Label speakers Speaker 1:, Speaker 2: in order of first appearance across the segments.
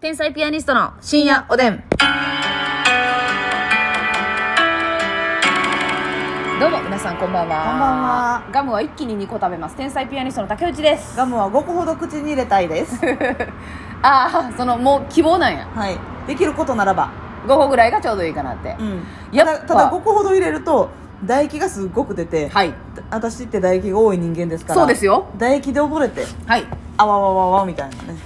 Speaker 1: 天才ピアニストの深夜おでん。どうも皆さんこんばんは。
Speaker 2: こんばんは。
Speaker 1: ガムは一気に2個食べます。天才ピアニストの竹内です。
Speaker 2: ガムは5個ほど口に入れたい です。
Speaker 1: ああ、そのもう希望なんや。
Speaker 2: はい。できることならば。
Speaker 1: 5個ぐらいがちょうどいいかなって。
Speaker 2: うん。
Speaker 1: や
Speaker 2: た
Speaker 1: っぱ
Speaker 2: だ、ただ5個ほど入れると、唾液がすっごく出て、
Speaker 1: はい。
Speaker 2: 私って唾液が多い人間ですから。
Speaker 1: そうですよ。
Speaker 2: 唾液で溺れて、
Speaker 1: はい。
Speaker 2: あわわわわみたいなね。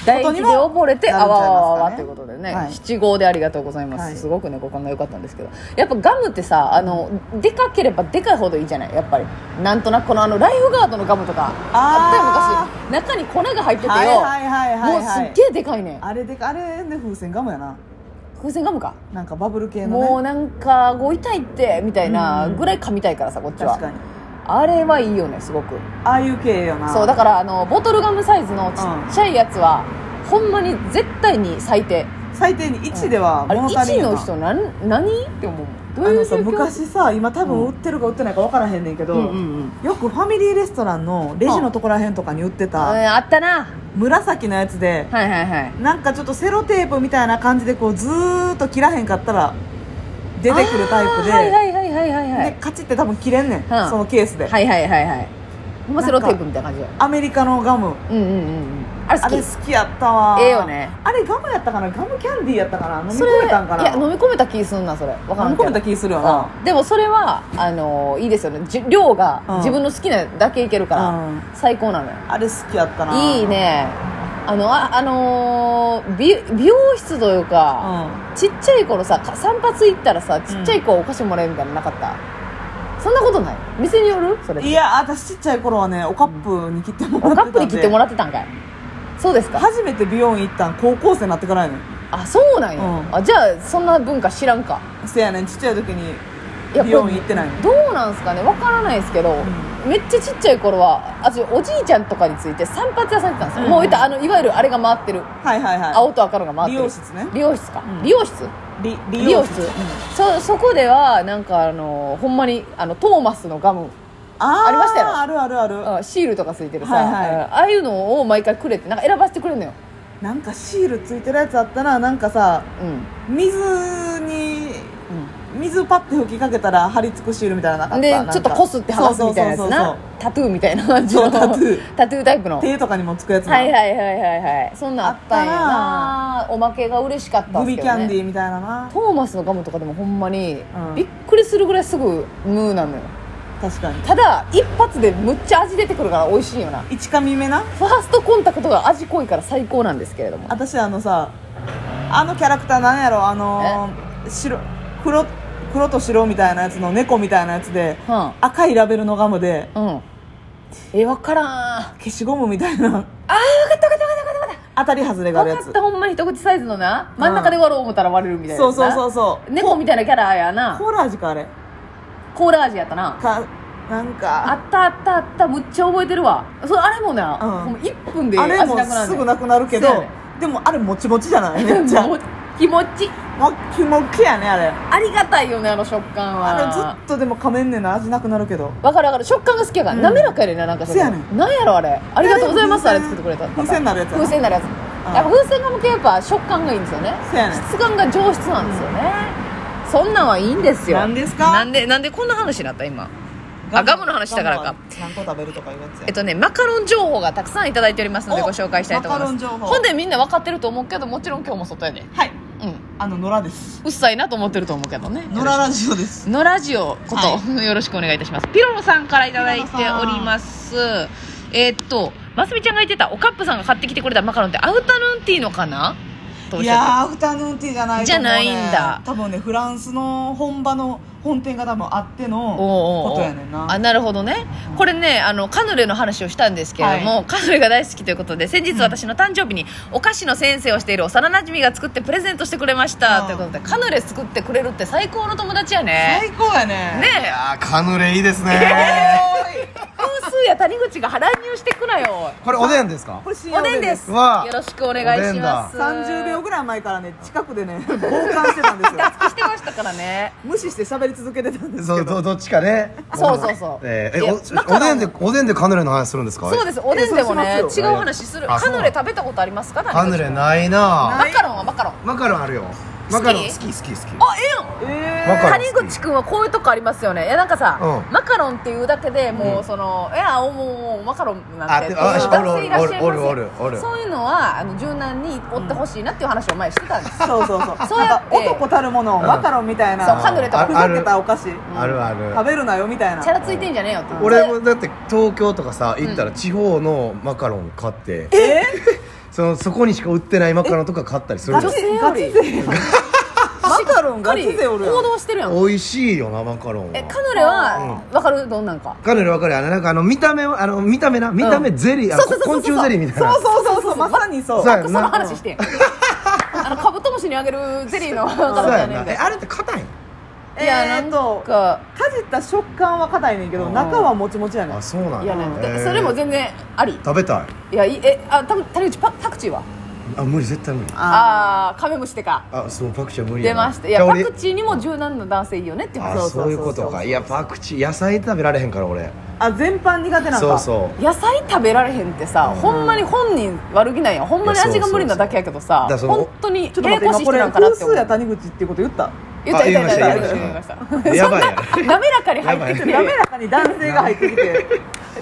Speaker 1: 唾液で溺れて
Speaker 2: な
Speaker 1: あ
Speaker 2: るんち
Speaker 1: わ
Speaker 2: ゃ
Speaker 1: わ
Speaker 2: いますかね
Speaker 1: わわということでね、
Speaker 2: はい
Speaker 1: 七号でありがとうございます、
Speaker 2: はい
Speaker 1: すごくね五感が良かったんですけどやっぱガムってさあのでかければでかいほどいいじゃないやっぱりなんとなくこのあのライフガードのガムとかあ
Speaker 2: あ
Speaker 1: ったよ昔中に粉が入っててよ、
Speaker 2: はいはいはいはい、はい。
Speaker 1: もうすっげえでかいねん
Speaker 2: あれでか、あれね、風船ガムやな。
Speaker 1: 風船ガムか、
Speaker 2: なんかバブル系のね。
Speaker 1: もうなんかご痛いってみたいな
Speaker 2: うん
Speaker 1: ぐらい噛みたいからさこっちは
Speaker 2: 確かに。
Speaker 1: あれはいいよねすごく
Speaker 2: ああいう系よな。
Speaker 1: そうだからあのボトルガムサイズのちっちゃいやつは、ほんまに絶対に最低
Speaker 2: 最低に1では
Speaker 1: あれ
Speaker 2: 物足
Speaker 1: 1
Speaker 2: りんよ
Speaker 1: の
Speaker 2: な
Speaker 1: 人なん何って思うどう
Speaker 2: あ
Speaker 1: い
Speaker 2: の
Speaker 1: う状
Speaker 2: さ
Speaker 1: 況
Speaker 2: 昔さ今多分売ってるか売ってないか分からへんねんけど、
Speaker 1: うんうんうん
Speaker 2: よくファミリーレストランのレジのとこらへんとかに売って
Speaker 1: あ
Speaker 2: た
Speaker 1: あったな
Speaker 2: 紫のやつで
Speaker 1: はいはいはい
Speaker 2: なんかちょっとセロテープみたいな感じでこうずーっと切らへんかったら出てくるタイプで,、
Speaker 1: あーはいはいはいはいはい
Speaker 2: でカチって多分切れんねん、
Speaker 1: うん
Speaker 2: そのケースで、
Speaker 1: はいはいはいはいほんまセロテープみたいな感じだよ
Speaker 2: アメリカのガム
Speaker 1: うんうんうんうんあれ好
Speaker 2: あ
Speaker 1: き
Speaker 2: れ好きやったわ
Speaker 1: ええよね
Speaker 2: あれガムやったかなガムキャンディーやったかな飲み
Speaker 1: そ
Speaker 2: 込めたんか
Speaker 1: いや
Speaker 2: な
Speaker 1: 飲み込めた気すんなそれわから
Speaker 2: 飲
Speaker 1: ん
Speaker 2: み
Speaker 1: け
Speaker 2: 込
Speaker 1: ど
Speaker 2: めた気するよな、
Speaker 1: うんでもそれはあのーいいですよねじ量が
Speaker 2: うん
Speaker 1: 自分の好きなだけいけるから、
Speaker 2: うん
Speaker 1: 最高なのよ
Speaker 2: あれ好きやったない
Speaker 1: いい、ねあのああのー美美容室という
Speaker 2: う
Speaker 1: か、
Speaker 2: ん、
Speaker 1: ちっちゃい頃さか散髪行ったらさちっちゃい子お菓子もらえるみたいなのなかった、そんなことない店によるそれ
Speaker 2: いや私ちっちゃい頃はねおカップに切ってもら
Speaker 1: お
Speaker 2: って
Speaker 1: カ
Speaker 2: たんで
Speaker 1: ップに切ってもらってたんかいそうですか
Speaker 2: 初めて美容院行ったん高校生になってからやねん
Speaker 1: あそうなんや、
Speaker 2: うん
Speaker 1: あじゃあそんな文化知らんか
Speaker 2: せやねんちっちゃい時に
Speaker 1: いや
Speaker 2: 美容院行ってないの
Speaker 1: どうなんすかねわからないですけど、めっちゃちっちゃい頃はあ私おじいちゃんとかについて散髪屋さん行ってたんですよ、
Speaker 2: うん
Speaker 1: もう言ったらあのいわゆるあれが回ってる、
Speaker 2: はいはいは
Speaker 1: 青と赤のが回っ
Speaker 2: い
Speaker 1: て
Speaker 2: 美
Speaker 1: る
Speaker 2: 容室ね
Speaker 1: 美容室か、
Speaker 2: うん
Speaker 1: 美容室
Speaker 2: り
Speaker 1: 美容室、そそこではなんかあのほんまにあのトーマスのガム
Speaker 2: あー
Speaker 1: ありましたよ
Speaker 2: あるあるある
Speaker 1: あシールとかついてるさ、
Speaker 2: はいはい
Speaker 1: ああいうのを毎回くれてなんか選ばせてくれるのよ、
Speaker 2: なんかシールついてるやつあったななんかさ
Speaker 1: うん
Speaker 2: 水に水パッて吹きかけたら貼り付くシールみたいなのなか
Speaker 1: う
Speaker 2: っ
Speaker 1: ん、
Speaker 2: た
Speaker 1: で
Speaker 2: なんか
Speaker 1: ちょっとコスって剥がすみたいなやつな
Speaker 2: そうそうそう
Speaker 1: タトゥーみたいな感じの
Speaker 2: そうタトゥー
Speaker 1: タトゥータイプの
Speaker 2: そう
Speaker 1: はい
Speaker 2: 手とかにもつくやつな
Speaker 1: はいはいはいはいそんなんあったんやなおまけが嬉しかったん
Speaker 2: グ
Speaker 1: です
Speaker 2: ミ
Speaker 1: け
Speaker 2: キ
Speaker 1: ど、
Speaker 2: ャ
Speaker 1: ね、
Speaker 2: ンディーみたいなな
Speaker 1: トーマスのガムとかでもほんまに、
Speaker 2: うん
Speaker 1: びっくりするぐらいすぐムーなのよ
Speaker 2: 確かに
Speaker 1: ただ一発でむっちゃ味出てくるから美味しいよな
Speaker 2: 一かみ目な
Speaker 1: ファーストコンタクトが味濃いから最高なんですけれども
Speaker 2: 私あのさあのキャラクターなんやろあのー白黒黒と白みたいなやつの猫みたいなやつで
Speaker 1: は
Speaker 2: 赤いラベルのガムで
Speaker 1: あうんえ分からんあ
Speaker 2: 消しゴムみたいな
Speaker 1: あ分かった分かった分かった分かっ
Speaker 2: 当たり外
Speaker 1: た
Speaker 2: れがある
Speaker 1: 分
Speaker 2: や
Speaker 1: か
Speaker 2: つ
Speaker 1: ったほんまに一口サイズのな真ん中で割ろう思ったら割れるみたいな
Speaker 2: そ
Speaker 1: や
Speaker 2: う
Speaker 1: つな
Speaker 2: そうそうそう
Speaker 1: 猫みたいなキャラやな
Speaker 2: コーラ味かあれ
Speaker 1: コーラ味やったな
Speaker 2: かなん
Speaker 1: あ
Speaker 2: か
Speaker 1: ったあったあったむっちゃ覚えてるわそうあれもな、
Speaker 2: うん
Speaker 1: もう1分で
Speaker 2: あれ
Speaker 1: 味
Speaker 2: も
Speaker 1: なくなる
Speaker 2: すぐなくなるけど
Speaker 1: そうやね
Speaker 2: でもあれもちもちじゃないめっちゃ も
Speaker 1: もう気持ち
Speaker 2: っきもっきやねあれ
Speaker 1: ありがたいよねあの食感は
Speaker 2: あれずっとでも仮面ねんな味なくなるけど
Speaker 1: わかるわかる食感が好きやから、
Speaker 2: うん
Speaker 1: 滑らかやねんななんか
Speaker 2: せやねん
Speaker 1: なんやろあれありがとうございますあ
Speaker 2: あ
Speaker 1: れ
Speaker 2: れ
Speaker 1: 作ってくれた方
Speaker 2: 風船になるやつやな
Speaker 1: 風船になるやつ、やっぱ風船が向けやっぱ食感がいいんですよね
Speaker 2: せやねん
Speaker 1: 質感が上質なんですよね、そんなんはいいんですよ
Speaker 2: なんですか
Speaker 1: なんでなんでこんな話になった今あガムの話したから
Speaker 2: ガ
Speaker 1: か
Speaker 2: ムは何個食べるとかいうやつや
Speaker 1: えっとね、マカロン情報がたくさんいただいておりますので
Speaker 2: お
Speaker 1: ご紹介したいと思います
Speaker 2: マカロン情報
Speaker 1: ほんでみんな分かってると思うけどもちろん今日も外やね
Speaker 2: はい
Speaker 1: うん
Speaker 2: あの野良です
Speaker 1: うっさいなと思ってると思うけどね
Speaker 2: 野良ラジオです
Speaker 1: のラジオこと、よろしくお願いいたしますピロロさんからいただいておりますえーっとますみちゃんが言ってたおかっぷさんが買ってきてくれたマカロンってアウタヌーンティーのかなとおっ
Speaker 2: い
Speaker 1: しゃって
Speaker 2: やーアフタヌーンティーじゃないと思う、ね、
Speaker 1: じゃないんだ
Speaker 2: 多分ねフランスの本場の本店が多分あっての
Speaker 1: おうおうおう
Speaker 2: ことやねんな
Speaker 1: あなるほどねこれねあのカヌレの話をしたんですけれども、カヌレが大好きということで先日私の誕生日にお菓子の先生をしている幼なじみが作ってプレゼントしてくれました、
Speaker 2: うん
Speaker 1: ということでカヌレ作ってくれるって最高の友達やね
Speaker 2: 最高やね
Speaker 1: ねえ
Speaker 3: あーカヌレいいですね
Speaker 2: えー
Speaker 1: 偶数や谷口が乱入してくなよ
Speaker 3: これおでんですか
Speaker 2: これ新
Speaker 1: お
Speaker 2: お
Speaker 1: で
Speaker 2: で
Speaker 1: ん
Speaker 2: ん
Speaker 1: で
Speaker 2: ですす
Speaker 3: うわ
Speaker 1: よろしくお願いします
Speaker 2: 30秒ぐらい前からね近くでね傍観してたんですよ
Speaker 1: してましたからね
Speaker 2: 無視して喋りり続けてたんです
Speaker 3: そ
Speaker 2: け
Speaker 3: うど
Speaker 2: ど
Speaker 3: どっちかね
Speaker 1: そうそうそう
Speaker 3: えーえ
Speaker 1: いや
Speaker 3: お
Speaker 1: マカロン
Speaker 3: おでんでおでんでカヌレの話するんですか
Speaker 1: そうですおでんでもね
Speaker 2: えそ
Speaker 1: 違う
Speaker 2: うし
Speaker 3: ますよ
Speaker 1: 話する
Speaker 3: あ
Speaker 1: カヌレ食べたことありますか
Speaker 3: カヌレないな
Speaker 1: マカロンはマカロン
Speaker 3: マカロンあるよ
Speaker 1: 好き
Speaker 3: マカロン好き好き好
Speaker 1: あ
Speaker 3: き
Speaker 1: ええやん
Speaker 2: え
Speaker 3: マカロン
Speaker 1: 谷口くんはこういうとこありますよねいやなんかさ、
Speaker 3: うん
Speaker 1: マカロンっていうだけでも
Speaker 3: う
Speaker 1: うんその、いやもうもうマカロンなんてっていう
Speaker 3: あ
Speaker 1: 男
Speaker 3: であお
Speaker 1: 性
Speaker 3: る
Speaker 1: いらっしゃいますよ
Speaker 3: おるおるおるおるおる
Speaker 1: そういうのはあの柔軟に追ってほしいなっていう話を前にしてたんです、
Speaker 2: ーそうそうそう
Speaker 1: そうやって
Speaker 2: なんか男たるものをマカロンみたいな
Speaker 1: そうカヌレとか
Speaker 3: あ
Speaker 2: ふざけ
Speaker 3: る
Speaker 2: たお菓子
Speaker 3: あるあ
Speaker 2: 食
Speaker 3: る
Speaker 2: べるなよみたいな
Speaker 1: チャラついてんじゃねえよっていう
Speaker 3: 俺もだって東京とかさ行ったら地方のマカロン買って
Speaker 2: え
Speaker 3: そのそこにしか売ってないマカロンとか買ったりする
Speaker 2: ガ
Speaker 3: よ
Speaker 2: チ
Speaker 1: 女性
Speaker 2: ガ
Speaker 1: より
Speaker 2: チ勢マカロンガチ勢おるやん
Speaker 1: 行動してるやん
Speaker 3: 美味しいよなマカロン
Speaker 1: えカ
Speaker 3: は
Speaker 1: ヌレはわかるどんなんか
Speaker 3: カヌレわかるよねなんかあの見た目はあの見た目な見た目ゼリーあの
Speaker 1: そうそうそう
Speaker 3: 昆
Speaker 1: そう
Speaker 3: 虫ゼリーみたいな
Speaker 2: そうそうそうそうまさにそう
Speaker 3: そうや
Speaker 1: そ
Speaker 3: ん
Speaker 1: の
Speaker 3: な
Speaker 1: 話 してんあのカブトムシにあげるゼリーのカ
Speaker 3: そう
Speaker 1: ヌレや
Speaker 3: や
Speaker 1: ねん
Speaker 3: な
Speaker 1: で
Speaker 3: えあれって硬いん
Speaker 1: いや
Speaker 2: え
Speaker 1: な
Speaker 2: ー
Speaker 1: ん
Speaker 2: っと
Speaker 1: か
Speaker 2: かじった食感は硬いねんけど
Speaker 3: うん
Speaker 2: 中はもちもちやねん
Speaker 3: あそうなん
Speaker 1: いやねん
Speaker 3: へー
Speaker 1: でそれも全然あり
Speaker 3: 食べたい
Speaker 1: いやいえあた谷口パパクチーは
Speaker 3: あ無理絶対無理
Speaker 1: ああーカメムシってか
Speaker 3: あそうパクチーは無理
Speaker 1: 出
Speaker 3: やな
Speaker 1: ましたいや
Speaker 3: じゃあ
Speaker 1: パ
Speaker 3: 俺
Speaker 1: クチーにも柔軟な男性いいよねっていう
Speaker 3: あ
Speaker 1: 話
Speaker 3: そういうことかいやパクチー野菜食べられへんから俺
Speaker 2: あ全般苦手なんか
Speaker 3: そうそう
Speaker 1: 野菜食べられへんってさ、
Speaker 3: うん
Speaker 1: ほんまに本人悪気ないやんほんまに
Speaker 3: いやそう
Speaker 1: 味が無理なだけやけどさ
Speaker 3: そうそうだからその
Speaker 1: 本当に
Speaker 2: ちょっと
Speaker 1: や
Speaker 2: 待
Speaker 1: や
Speaker 2: っ
Speaker 1: こしい
Speaker 2: て今こ
Speaker 1: 人
Speaker 2: れ
Speaker 1: なんかなっ
Speaker 2: 偶
Speaker 1: て
Speaker 2: 数
Speaker 1: 思う
Speaker 2: や谷口っていうこと言った
Speaker 1: 言った言った言
Speaker 2: あ
Speaker 1: っ
Speaker 2: 言い
Speaker 1: た
Speaker 2: ました
Speaker 1: 言いました言いました
Speaker 3: やばいや
Speaker 1: そんな滑らかに入ってくる
Speaker 2: 滑らかに男性が入ってきて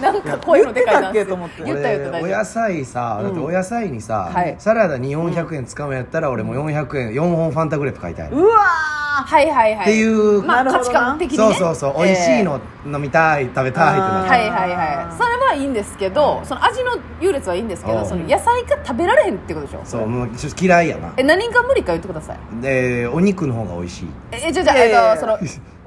Speaker 1: なん か声のでかい男性
Speaker 2: 言ってたっけと思って
Speaker 1: 言った言った大
Speaker 3: 俺お
Speaker 1: 丈
Speaker 3: 野菜さだってお野菜にさ、
Speaker 1: はい
Speaker 3: サラダに400円使うんやったら俺も400円4本ファンタグレープ買いたい、
Speaker 2: う
Speaker 3: っ
Speaker 2: わ
Speaker 1: 夫はいはいはい
Speaker 3: ていう、
Speaker 1: まあ
Speaker 2: なるほ
Speaker 1: 価
Speaker 2: どな
Speaker 1: 値観的にね
Speaker 3: そうそうそう、美味しいの飲みたい食べたいっ
Speaker 1: えー
Speaker 3: てな
Speaker 1: は
Speaker 3: る
Speaker 1: いはいはいそれはいいんですけどその味の優劣はいいんですけ
Speaker 3: う
Speaker 1: ど
Speaker 3: ん
Speaker 1: その野菜が食べられへんってことでしょ
Speaker 3: そうもうちょっと嫌いやな
Speaker 1: え何が無理か言ってください
Speaker 3: でお肉の方が美味しい
Speaker 1: ええじゃあじゃあ、
Speaker 2: いやいやいや
Speaker 1: えっとその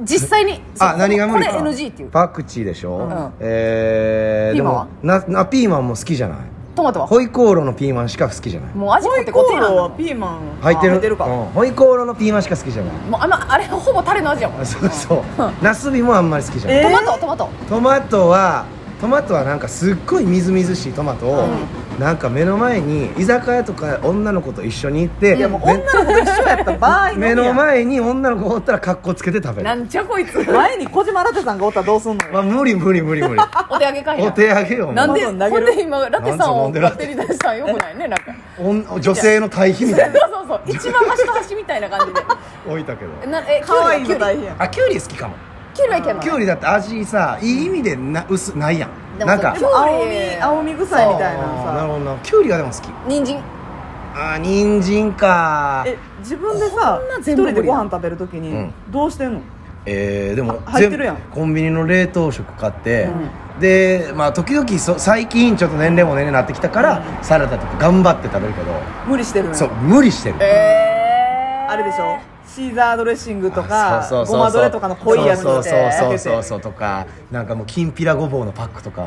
Speaker 1: 実際にそ
Speaker 3: あ
Speaker 1: の
Speaker 3: 何が無理
Speaker 1: こ
Speaker 3: か
Speaker 1: れ NG っていう
Speaker 3: パクチーでしょ、
Speaker 1: ん
Speaker 3: えー、
Speaker 1: ピーマンは
Speaker 3: でもななピーマンも好きじゃない
Speaker 1: トマトは
Speaker 3: ホイコーローのピーマンしか好きじゃない
Speaker 1: もう味
Speaker 2: ホ
Speaker 1: 濃
Speaker 2: イ
Speaker 1: ってこ
Speaker 2: コ
Speaker 1: てやん
Speaker 2: ーローは
Speaker 1: も
Speaker 2: ピーマン
Speaker 3: 入ってる
Speaker 2: か、
Speaker 3: うん、ホイコーローのピーマンしか好きじゃないう
Speaker 1: あ,、まあれほぼタレの味やもん
Speaker 3: あそうそう ナスビもあんまり好きじゃない、
Speaker 2: え
Speaker 1: トマトトマト
Speaker 3: トマトはトマトはなんかすっごいみずみずしいトマトを、なんか目の前に居酒屋とか女の子と一緒に行って
Speaker 2: いやもう
Speaker 3: め
Speaker 2: 女の子と一緒やった場合のみ
Speaker 3: 目
Speaker 2: や
Speaker 3: の前に女の子おったら格好つけて食べ
Speaker 1: な
Speaker 3: る
Speaker 1: んじゃこい つ
Speaker 2: 前に小島ラテさんがおったらどうすんのよ
Speaker 3: まあ無理無理無理 無理
Speaker 1: お手上げかい
Speaker 3: お手上げよ
Speaker 1: なんで
Speaker 2: ト
Speaker 1: ほん
Speaker 2: マト投げる
Speaker 1: で今ラテさんを
Speaker 3: なんでそんな
Speaker 1: 勝手に出したんよくないねなんか
Speaker 3: おん女性の対比みたいな
Speaker 1: そうそうそう一番端と端みたいな感じで
Speaker 3: 置いたけど
Speaker 1: えなえキ
Speaker 2: 可愛
Speaker 1: ュ
Speaker 2: い
Speaker 1: ウリ
Speaker 2: の
Speaker 1: は
Speaker 2: 大変
Speaker 3: あキュウリ好きかも
Speaker 1: キュウリキュウリはいけんの
Speaker 3: キュウリだって味さいい意味でな薄ないやん
Speaker 1: でも
Speaker 3: なんか
Speaker 1: キュウリ
Speaker 2: 青み青み臭いみたいな
Speaker 3: あーなる
Speaker 2: さ
Speaker 3: ほどなキュウリがでも好き
Speaker 1: 人参
Speaker 3: あー人参か
Speaker 2: え自分でさ
Speaker 1: こんな
Speaker 2: 一
Speaker 1: 全部無理
Speaker 2: 人でご飯食べるとき
Speaker 3: う
Speaker 2: に
Speaker 3: ん
Speaker 2: どうしてんの、
Speaker 3: えーでも
Speaker 2: あ入ってるやん
Speaker 3: 全部コンビニの冷凍食買って、でまあ時々そ最近ちょっと年齢も年齢になってきたから、サラダとか頑張って食べるけど、
Speaker 2: 無理してるのよ
Speaker 3: そう無理してる、
Speaker 1: えー、
Speaker 2: あれでしょシーザードレッシングとか
Speaker 3: そうそうそうそう
Speaker 2: ごまドレとかの濃いやつ
Speaker 3: そうそうそうそうそう
Speaker 2: う
Speaker 3: そうとかなんかもうきんぴらごぼうのパックとか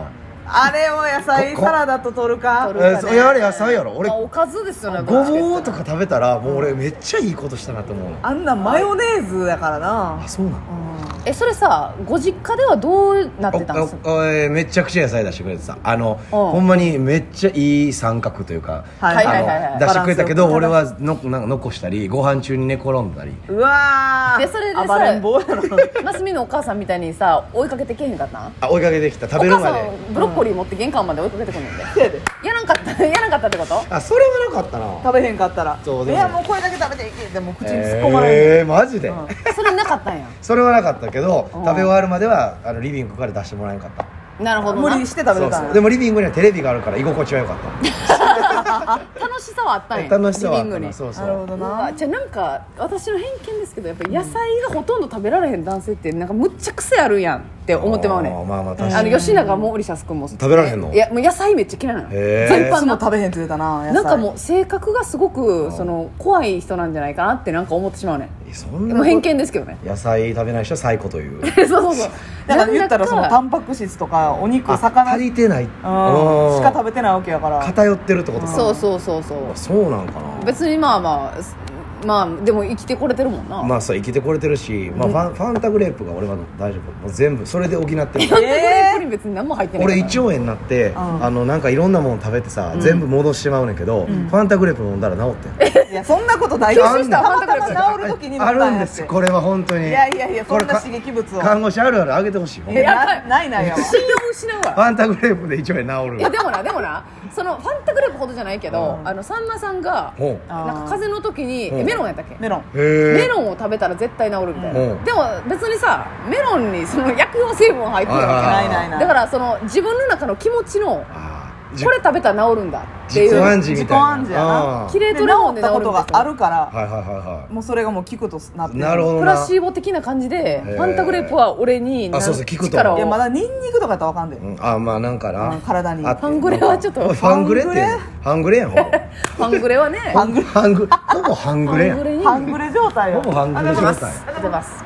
Speaker 2: あれを野菜サラダと取るか
Speaker 1: こ
Speaker 3: え
Speaker 1: 取る
Speaker 3: ーそういやあれ野菜やろ俺
Speaker 1: まあ、
Speaker 3: ご
Speaker 1: おかずですよね
Speaker 3: ぼうとか食べたらもう俺めっちゃいいことしたなと思うの
Speaker 2: あんなマヨネーズやからな
Speaker 3: あそうなの
Speaker 1: えそれさご実家ではどうなってたんですか
Speaker 3: おおえーめちゃくちゃ野菜出してくれてさあの
Speaker 1: うん
Speaker 3: ほんまにめっちゃいい三角というか、
Speaker 2: はい
Speaker 1: はい
Speaker 3: あの
Speaker 1: はいはい
Speaker 3: 出してくれたけど
Speaker 2: バ
Speaker 3: 俺
Speaker 2: ラ
Speaker 3: はのなんか残したりご飯中に寝転んだり
Speaker 2: うわー
Speaker 1: でそれでさ
Speaker 2: 暴れん坊やろ
Speaker 1: マスミのお母さんみたいにさ追いかけてけへんかったん
Speaker 3: あ追いかけてきた
Speaker 1: お
Speaker 3: 食べる
Speaker 1: 母
Speaker 3: ま
Speaker 1: さ
Speaker 3: で
Speaker 1: んブロッコリー持って玄関まで追いかけてくるんで、
Speaker 2: せやで
Speaker 1: やらんかった やらんかったってこと
Speaker 3: あそれはなかったな
Speaker 2: 食べへんかったら
Speaker 3: そう
Speaker 2: い
Speaker 3: でも
Speaker 2: やもうこれだけ食べていけでも口に突っ込まれる、
Speaker 3: えー、マジで、
Speaker 1: それなかったんや
Speaker 3: それはなかったけど
Speaker 1: う
Speaker 3: 食
Speaker 1: ん
Speaker 3: べ終わるまではあのリビングから出してもらえなかった
Speaker 1: なるほど
Speaker 2: 無
Speaker 1: な
Speaker 2: 理して食べ
Speaker 3: そ
Speaker 2: れ
Speaker 3: う
Speaker 2: たん
Speaker 3: そう
Speaker 2: や
Speaker 3: でもリビングにはテレビがあるから居心地は良かっ
Speaker 1: 楽しさはあった
Speaker 3: た
Speaker 1: んや
Speaker 3: 楽しさはあっ
Speaker 1: リビ
Speaker 3: た
Speaker 1: ング
Speaker 3: な
Speaker 1: に
Speaker 3: そうそう
Speaker 2: なるほど
Speaker 1: う
Speaker 2: な
Speaker 1: わじゃあなんか私の偏見ですけどやっぱり野菜がほとんど食べられへん男性ってなんかむっちゃ癖あるやんって思ってまうねん
Speaker 3: あー
Speaker 1: あ
Speaker 3: まあまあ確かに
Speaker 1: の吉永もオリシャス君も
Speaker 3: 食べられへんの
Speaker 1: いやもう野菜めっちゃ嫌いなの
Speaker 3: へー
Speaker 1: 全
Speaker 2: パ
Speaker 1: 般
Speaker 2: ンも
Speaker 1: な
Speaker 2: 食べへんって言うたな野菜
Speaker 1: なんかもう性格がすごく
Speaker 3: ん
Speaker 1: その怖い人なんじゃないかなってなんか思ってしまうね
Speaker 3: えそん
Speaker 1: で
Speaker 3: な
Speaker 1: も偏見ですけどね
Speaker 3: 野菜食べない人は最高という
Speaker 1: そうそうそう
Speaker 2: だから言ったらその
Speaker 1: なんだ
Speaker 2: タ
Speaker 1: か
Speaker 2: ンパク質とかお肉
Speaker 3: あ
Speaker 2: 魚
Speaker 3: 足りてない
Speaker 2: う
Speaker 3: し
Speaker 2: んしか食べてないわけやから
Speaker 3: 偏ってるってことか
Speaker 1: そうそうそうそう
Speaker 3: そうなんかな
Speaker 1: 別にまあまあまあでも生きてこれてるもんな、
Speaker 3: まあそう生きてこれてるし、まあ、ファンファンタグレープが俺は大丈夫もう全部それで補ってる
Speaker 1: ファンタグレープに別に何も入ってない
Speaker 3: 俺1兆円になって、
Speaker 2: ん
Speaker 3: あのなんかいろんなもの食べてさ、全部戻してまうねんけど、ファンタグレープ飲んだら治ってん
Speaker 2: いやそんなこと大丈
Speaker 3: あ
Speaker 2: 夫
Speaker 3: んねん
Speaker 2: たまたま治る時に飲んだ
Speaker 3: あ
Speaker 2: やつ
Speaker 3: るんですこれは本当に
Speaker 2: いやいやいや
Speaker 3: これ
Speaker 2: そんな
Speaker 3: か
Speaker 2: 刺激物を
Speaker 3: 看護師あるあるあげてほしいほん
Speaker 2: い
Speaker 3: ま
Speaker 2: や
Speaker 3: に
Speaker 1: やばい
Speaker 2: なないないよ
Speaker 1: 信用失うわ
Speaker 3: ファンタグレープで1兆円治る
Speaker 1: いやでもなでもなそのファンタグレープほどじゃないけど、あのさんまさんが
Speaker 3: ほう
Speaker 1: なんか
Speaker 2: あー
Speaker 1: 風邪の時に
Speaker 3: うん
Speaker 1: えメロンやったっけ
Speaker 2: メロン
Speaker 3: へえ
Speaker 1: メロンを食べたら絶対治るみたいな、
Speaker 3: うん
Speaker 1: でも別にさメロンにその薬用成分入ってる
Speaker 3: あー
Speaker 1: わ
Speaker 2: ないない
Speaker 1: け
Speaker 2: ない
Speaker 1: だからその自分の中の気持ちの
Speaker 3: あーじ
Speaker 1: これ食べたら治るんだって
Speaker 3: 自己
Speaker 1: いう
Speaker 3: 暗示みたい
Speaker 2: 自己暗示
Speaker 3: な
Speaker 2: やな
Speaker 3: あー
Speaker 1: 綺麗
Speaker 2: で
Speaker 1: と
Speaker 2: 治っ
Speaker 1: レモンで治
Speaker 2: た
Speaker 1: る
Speaker 2: こ
Speaker 1: んで
Speaker 2: と
Speaker 1: すよ
Speaker 2: があるから
Speaker 3: はいはいはい
Speaker 2: もうそれがもう効くとなっ
Speaker 3: はい
Speaker 2: て
Speaker 3: なるほど
Speaker 1: プ
Speaker 3: な
Speaker 1: ラシーボ的な感じで
Speaker 3: ー
Speaker 1: ファンタグレープは俺に
Speaker 3: あそうそう聞くと
Speaker 1: 力を
Speaker 2: いやまだニンニクとかやったらわかんで、
Speaker 3: うん、あーまあなんかな、
Speaker 2: うん体に
Speaker 3: あって
Speaker 1: ファングレはちょっと
Speaker 3: ファングレって
Speaker 2: ファング
Speaker 3: ファングレやんほぼ
Speaker 1: ファングレ はね
Speaker 2: ハングレ
Speaker 3: ファングほぼファングレやん
Speaker 1: ファングレに
Speaker 2: ハングレ状態
Speaker 3: ほ
Speaker 2: よ
Speaker 3: ぼファングレ状態
Speaker 1: 出てます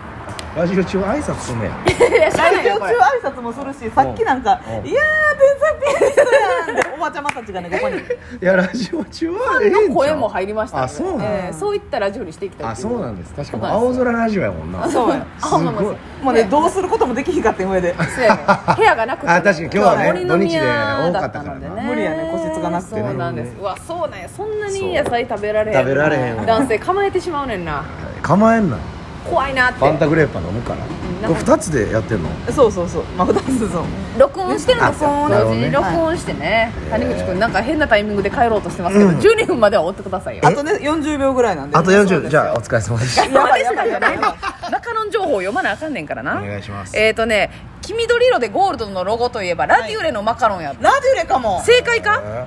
Speaker 3: ラジオ中挨拶すんねや
Speaker 1: いや知らな
Speaker 2: 来
Speaker 1: い
Speaker 2: 場
Speaker 1: よこれ
Speaker 2: 中挨拶もするしさっきなんか「
Speaker 3: うん
Speaker 2: いやー天才ピアニストやん」っておばちゃまた ちがねここに
Speaker 3: いやラジオ中はええんちゃう
Speaker 1: の声も入りました
Speaker 3: あそうなんだ
Speaker 1: えーそういったラジオにしていきたい
Speaker 3: あそうなんです確かもう
Speaker 1: そうなん
Speaker 3: 青
Speaker 1: です
Speaker 3: 空ラジオやもんな
Speaker 2: そうや
Speaker 1: あほんまほん
Speaker 3: すごい
Speaker 1: ま
Speaker 2: もうねどうすることもできひんかってん上で
Speaker 1: そうやね部屋がなくて、
Speaker 3: あ確かに今日はね
Speaker 1: 森の宮だ
Speaker 3: 土日で多かったからな
Speaker 2: 無理やね個室がなくてね
Speaker 1: そうなんです、うわそうなんやそんなに野菜食べられへん
Speaker 3: 食べられへんわ
Speaker 1: 男性構えてしまうねんな
Speaker 3: 構えんな
Speaker 1: 怖いなって
Speaker 3: ファンタグレープは飲むか
Speaker 1: ん
Speaker 3: らこれ2つでやってんの
Speaker 2: そうそうそうまあ二つそう
Speaker 1: 録音してるん
Speaker 3: あ
Speaker 1: ですよ
Speaker 3: な
Speaker 1: 同
Speaker 3: るほど
Speaker 1: 時
Speaker 3: ね
Speaker 1: に録音してね
Speaker 3: はい
Speaker 1: 谷口君なんか変なタイミングで帰ろうとしてますけど、12分までは追ってくださいよ
Speaker 2: あとね40秒ぐらいなんで
Speaker 3: あと40じ
Speaker 2: ゃ
Speaker 3: ゃあお疲れ様で した
Speaker 2: やばいや
Speaker 1: な
Speaker 2: ば
Speaker 1: ん
Speaker 2: い
Speaker 1: じゃ
Speaker 2: や
Speaker 1: な
Speaker 2: ば
Speaker 1: い
Speaker 2: い
Speaker 1: の中の情報を読まなあかんねんからな
Speaker 3: お願いします
Speaker 1: えっ、ー、とね黄緑色でゴールドのロゴといえばラディウレのマカロンや、
Speaker 2: ラジュレかも
Speaker 1: 正解か、
Speaker 3: え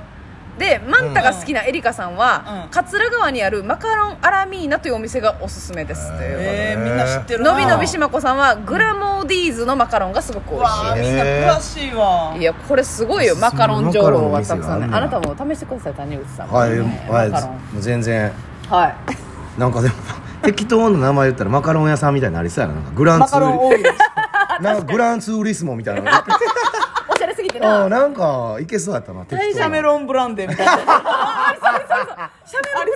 Speaker 1: でマンタが好きなエリカさんは、
Speaker 2: うん
Speaker 1: 桂川にあるマカロンアラミーナというお店がおすすめですという
Speaker 2: えーみんな知ってるな
Speaker 1: のびのびしまこさんはグラモーディーズのマカロンがすごく美味
Speaker 2: わあみんな詳しいわ
Speaker 1: しいいやこれすごいよマカロン情報がたくさんね
Speaker 3: そんな
Speaker 1: あ
Speaker 3: マ
Speaker 1: な
Speaker 3: カ
Speaker 1: た
Speaker 3: ロン
Speaker 1: も試してください谷口さん
Speaker 3: はい
Speaker 1: ね
Speaker 3: はい
Speaker 1: マカロン
Speaker 3: もう全然
Speaker 1: はい
Speaker 3: なんかでも適当な名前言ったらマカロン屋さんみたいになりそうやななんかグラン
Speaker 2: マ
Speaker 3: ツー
Speaker 2: カロン多いです
Speaker 3: なんかグランツーリスモみたいな
Speaker 1: おしゃれすぎてな
Speaker 3: あなんかいけそうやったな適
Speaker 2: シ
Speaker 3: 当
Speaker 2: ャメロンブランデーみたいな
Speaker 1: シャメロンブ